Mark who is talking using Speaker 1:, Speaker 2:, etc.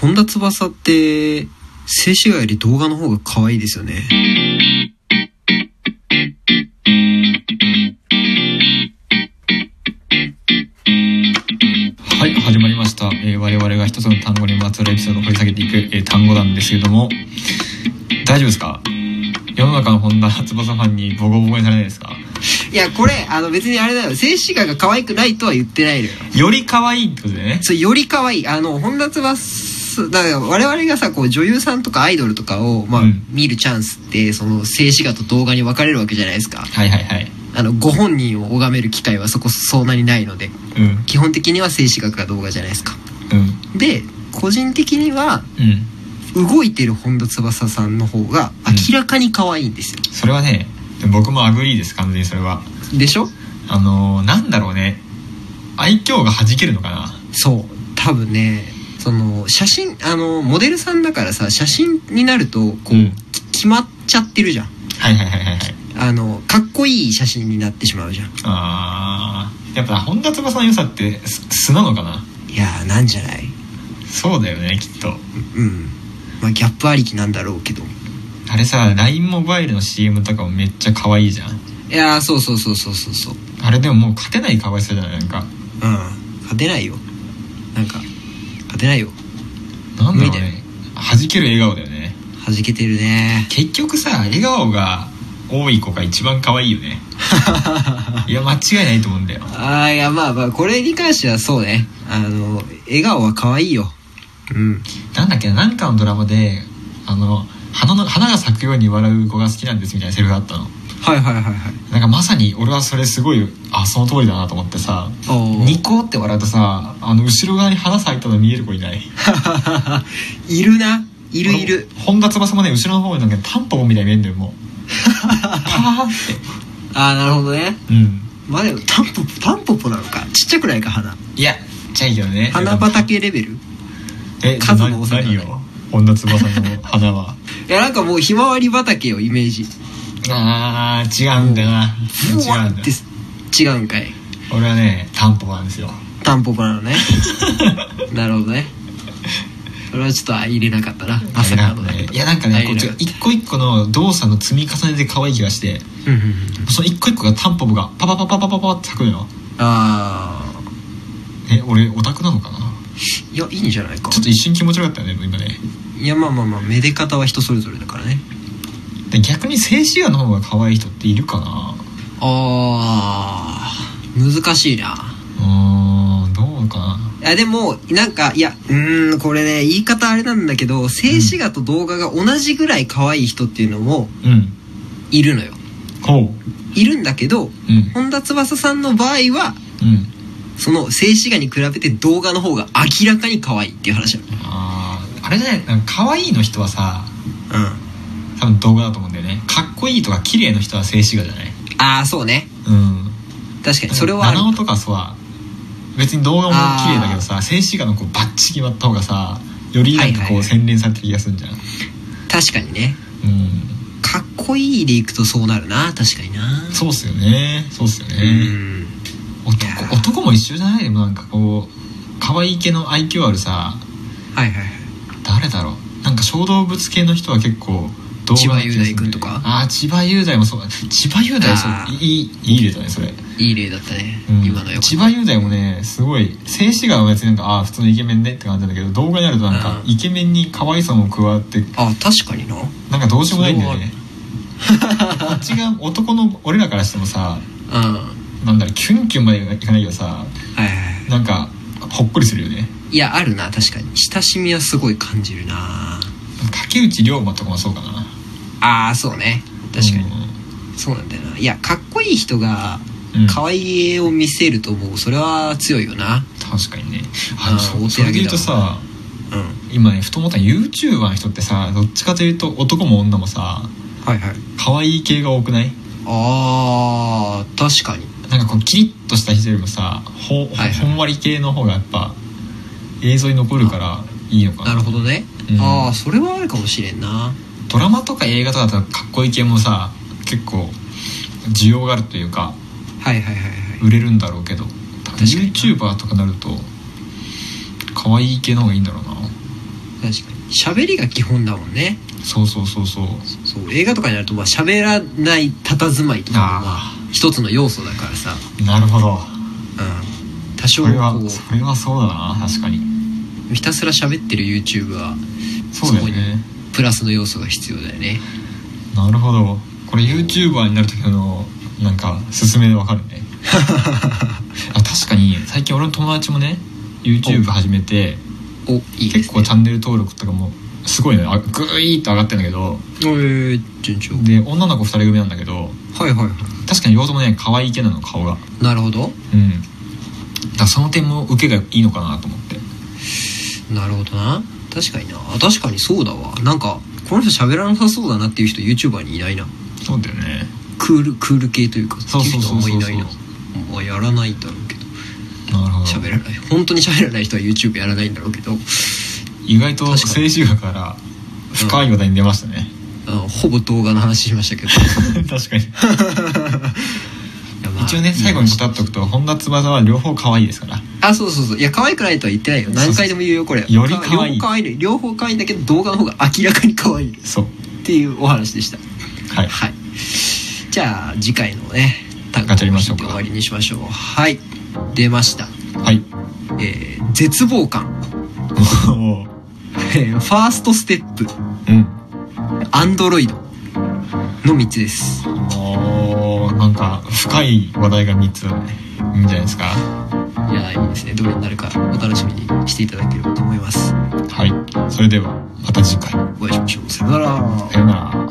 Speaker 1: 本田翼って、静止画より動画の方が可愛いですよね。
Speaker 2: はい、始まりました。えー我々が一つの単語にまつわるエピソードを掘り下げていく、えー単語なんですけども、大丈夫ですか世の中の本田翼ファンにボコボコにされないですか
Speaker 1: いや、これ、あの別にあれだよ。静止画が可愛くないとは言ってないのよ。
Speaker 2: より可愛いってことでね。
Speaker 1: それより可愛い。あの、本田翼、だから我々がさ、こう女優さんとかアイドルとかを、まあ、
Speaker 2: うん
Speaker 1: 見るチャンスって、その静止画と動画に分かれるわけじゃないですか。
Speaker 2: はいはいはい。
Speaker 1: あの、ご本人を拝める機会はそこそんなにないので、
Speaker 2: うん、
Speaker 1: 基本的には静止画か動画じゃないですか。
Speaker 2: うん、
Speaker 1: で、個人的には、
Speaker 2: うん。
Speaker 1: 動いてる本田翼さんの方が明らかに可愛いんですよ。
Speaker 2: それはね、でも僕もアグリーです、完全にそれは。
Speaker 1: でしょ
Speaker 2: あのー、なんだろうね。愛嬌が弾けるのかな
Speaker 1: そう多分ねその写真あのモデルさんだからさ写真になるとこう、
Speaker 2: うん
Speaker 1: き決まっちゃってるじゃん
Speaker 2: はいはいはいはいはい。
Speaker 1: あのかっこいい写真になってしまうじゃん
Speaker 2: あー、やっぱ本田翼の良さって素素なのかない
Speaker 1: やーなんじゃない
Speaker 2: そうだよね、きっと。
Speaker 1: うんまあギャップありきなんだろうけど
Speaker 2: あれさ LINE モバイルの CM とかもめっちゃ可愛いじゃん
Speaker 1: いやーそうそうそうそうそうそう
Speaker 2: あれでももう勝てない可愛さじゃないなん
Speaker 1: う
Speaker 2: か
Speaker 1: ん勝てないよなんか勝てないよ
Speaker 2: なんだろう
Speaker 1: 見て
Speaker 2: ね弾ける笑顔だよね
Speaker 1: 弾けてるね
Speaker 2: 結局さ笑顔が多い子が一番可愛いよね いや間違いないと思うんだよ
Speaker 1: あーいやまあまあこれに関してはそうねあの笑顔は可愛いようん
Speaker 2: なんだっけななんかのドラマであの花の花が咲くように笑う子が好きなんですみたいなセリフがあったの
Speaker 1: はいはいはいはい
Speaker 2: なんかまさに俺はそれすごいあその通りだなと思ってさ
Speaker 1: おー
Speaker 2: ニコって笑うとさあの後ろ側に花咲いたの見える子いない
Speaker 1: いるな。いるい る。
Speaker 2: 俺本田翼もね後ろの方になんかタンポポみたいに見えんだよもうパーっ
Speaker 1: ああ、なるほどね。
Speaker 2: てうん
Speaker 1: まあでも、タンポポ、タンポポなのか。ちっちゃくないか、花。
Speaker 2: いやちゃいよね
Speaker 1: 花畑レベル。
Speaker 2: え
Speaker 1: 数
Speaker 2: な
Speaker 1: も多さがない
Speaker 2: 何よ本田翼の花は
Speaker 1: いや、なんかもう、ひまわり畑をイメージ。
Speaker 2: あー違うんだな違
Speaker 1: ふわ
Speaker 2: うん
Speaker 1: っ
Speaker 2: だ
Speaker 1: て、違うんかい。
Speaker 2: 俺はねタンポポなんですよ
Speaker 1: タンポポな のね。なるほどね。それはちょっと入れなかったな。まさかのだけど。
Speaker 2: いやなんかねこ
Speaker 1: 入
Speaker 2: う
Speaker 1: れ
Speaker 2: ち
Speaker 1: なか
Speaker 2: ょ
Speaker 1: った
Speaker 2: 一個一個の動作の積み重ねで可愛い気がして
Speaker 1: うんうんうん
Speaker 2: その一個一個がタンポポがパパパパパパパって咲くのよ
Speaker 1: ああ。
Speaker 2: え俺オタクなのかない
Speaker 1: や、いいんじゃないか
Speaker 2: ちょ。っと一瞬気持ちよかったよね今ね
Speaker 1: いや、まあまあまあ、めで方は人それぞれだからね。
Speaker 2: で逆に静止画の方が可愛い人っているかな
Speaker 1: ああ。難しいな。
Speaker 2: うーんどうかない
Speaker 1: やでもなんかいやうーんこれね言い方あれなんだけど静止画と動画が同じぐらい可愛い人っていうのも
Speaker 2: うん
Speaker 1: いるのよ
Speaker 2: ほう
Speaker 1: いるんだけど
Speaker 2: うん
Speaker 1: 本田翼さんの場合は
Speaker 2: うん
Speaker 1: その静止画に比べて動画の方が明らかに可愛いっていう話なの
Speaker 2: あーあれじゃないなんか可愛いの人はさ
Speaker 1: うん
Speaker 2: 多分動画だと思うんだよねかっこいいとか綺麗の人は静止画じゃない
Speaker 1: ああそうね
Speaker 2: うん
Speaker 1: 確かにそれはある
Speaker 2: 七尾とかさ別に動画も綺麗だけどさ静止画のこうバッチ決まった方がさよりなん
Speaker 1: はい
Speaker 2: か
Speaker 1: はい
Speaker 2: こ
Speaker 1: は
Speaker 2: う
Speaker 1: い
Speaker 2: 洗練されてる気がするんじゃん、
Speaker 1: 確かにね
Speaker 2: うん
Speaker 1: かっこいいでいくとそうなるな確かにな
Speaker 2: そうっすよねそうっすよ
Speaker 1: う
Speaker 2: ね、
Speaker 1: ん
Speaker 2: 男男も一緒じゃないでもなんかこう可愛い系の愛嬌あるさ
Speaker 1: はいはいはい
Speaker 2: 誰だろうなんか小動物系の人は結構動
Speaker 1: 千葉
Speaker 2: 画
Speaker 1: 雄大君とか
Speaker 2: ああ千葉雄大もそうだ千葉雄大そう
Speaker 1: あー
Speaker 2: いいいい例だねそれ、
Speaker 1: いい例だったね、
Speaker 2: うん
Speaker 1: 今のよ
Speaker 2: 千葉雄大もねすごい静止画は別になんかああ普通のイケメンねって感じなんだけど動画になるとなんか
Speaker 1: うん
Speaker 2: イケメンに可愛さも加わって
Speaker 1: あ確かにな
Speaker 2: なんかどうしようもないんだよねこっちが男の俺らからしてもさ
Speaker 1: うんは
Speaker 2: なんだろうキュンキュンまでいかないけどさ
Speaker 1: いはいはい
Speaker 2: なんかほっこりするよね
Speaker 1: いやあるな確かに親しみはすごい感じるな
Speaker 2: 竹内涼真とかもそうかな
Speaker 1: ああそうね確かに、
Speaker 2: に
Speaker 1: そうなんだよないやかっこいい人が
Speaker 2: うん
Speaker 1: 可愛い絵を見せるともうそれは強いよな
Speaker 2: 確かにね
Speaker 1: う
Speaker 2: あ
Speaker 1: ん
Speaker 2: そ
Speaker 1: お
Speaker 2: う
Speaker 1: 手
Speaker 2: そ
Speaker 1: 上
Speaker 2: れ
Speaker 1: げ
Speaker 2: で言うと
Speaker 1: だ
Speaker 2: さ
Speaker 1: うん
Speaker 2: 今ねふと思ったの YouTuber の人ってさどっちかというと男も女もさ
Speaker 1: はいはい
Speaker 2: 可愛い系が多くない
Speaker 1: あー確かに
Speaker 2: なんかこうキリッとした人よりもさほ,、
Speaker 1: はいはい
Speaker 2: ほんわり系の方がやっぱ映像に残るからいいのかな
Speaker 1: なるほどね、
Speaker 2: うん
Speaker 1: ああそれはあるかもしれんな
Speaker 2: ドラマとか映画とかだったらかっこいい系もさ結構需要があるというか
Speaker 1: はいはいはいはい
Speaker 2: 売れるんだろうけど多
Speaker 1: 確
Speaker 2: 分
Speaker 1: かに
Speaker 2: YouTuber とかなると可愛い系の方がいいんだろうな
Speaker 1: 確かに喋りが基本だもんね
Speaker 2: そうそうそうそう
Speaker 1: そう映画とかになるとまあ喋らない佇まいとかもまあ
Speaker 2: あ
Speaker 1: 一つの要素だからさ、
Speaker 2: なるほど
Speaker 1: うん、多少
Speaker 2: それは
Speaker 1: こ
Speaker 2: それはそうだな確かに
Speaker 1: うひたすら喋ってる YouTube は
Speaker 2: そうだよね
Speaker 1: プラスの要素が必要だよね
Speaker 2: なるほどこれ YouTuber になる時のなんか勧めでわかる ねあ確かに最近俺の友達もね YouTube 始めて
Speaker 1: おいいですね
Speaker 2: 結構チャンネル登録とかもすごいねあグイーッと上がってんだけど
Speaker 1: おえー、順調
Speaker 2: で女の子2人組なんだけど
Speaker 1: はいはいは
Speaker 2: 確かに両方ともね可愛い系なの顔が
Speaker 1: いなるほど
Speaker 2: うんだからその点も受けがいいのかなと思って
Speaker 1: なるほどな確かになあ確かにそうだわなんかこの人喋らなさそうだなっていう人 YouTuber にいないな
Speaker 2: そうだよね
Speaker 1: クールクール系というか
Speaker 2: そうそうそうそう
Speaker 1: ってい人あんまいないなまあやらないんだろうけど
Speaker 2: なるほど
Speaker 1: 喋らない本当に喋らない人は YouTube やらないんだろうけど
Speaker 2: 意外と
Speaker 1: 確か
Speaker 2: 静
Speaker 1: に
Speaker 2: 止画から深い話題に出ましたね、
Speaker 1: あのほぼ動画の話しま したけど
Speaker 2: 確かに
Speaker 1: いやまあ
Speaker 2: 一応ね最後に語っとくと本田翼は両方可愛いですから
Speaker 1: あそうそうそういや可愛くないとは言ってないよ何回でも言うよこれ
Speaker 2: より可愛
Speaker 1: 両方可愛い
Speaker 2: い
Speaker 1: の両方可愛いんだけど動画の方が明らかに可愛い
Speaker 2: そう
Speaker 1: っていうお話でした
Speaker 2: はい
Speaker 1: はい。じゃあ次回のね、単
Speaker 2: ガチャやりましょうか
Speaker 1: 終わりにしましょう。はい。出ました。
Speaker 2: はい
Speaker 1: えー、絶望感。
Speaker 2: も
Speaker 1: えーファーストステップ。
Speaker 2: ううん
Speaker 1: アンドロイド。の3つです。
Speaker 2: もうなんか深い話題が3つだねいいんじゃないですか
Speaker 1: いや、いいですね。どれになるかお楽しみにしていただければと思います。
Speaker 2: はいそれではまた次回
Speaker 1: お会いしましょう。さよなら
Speaker 2: さようなら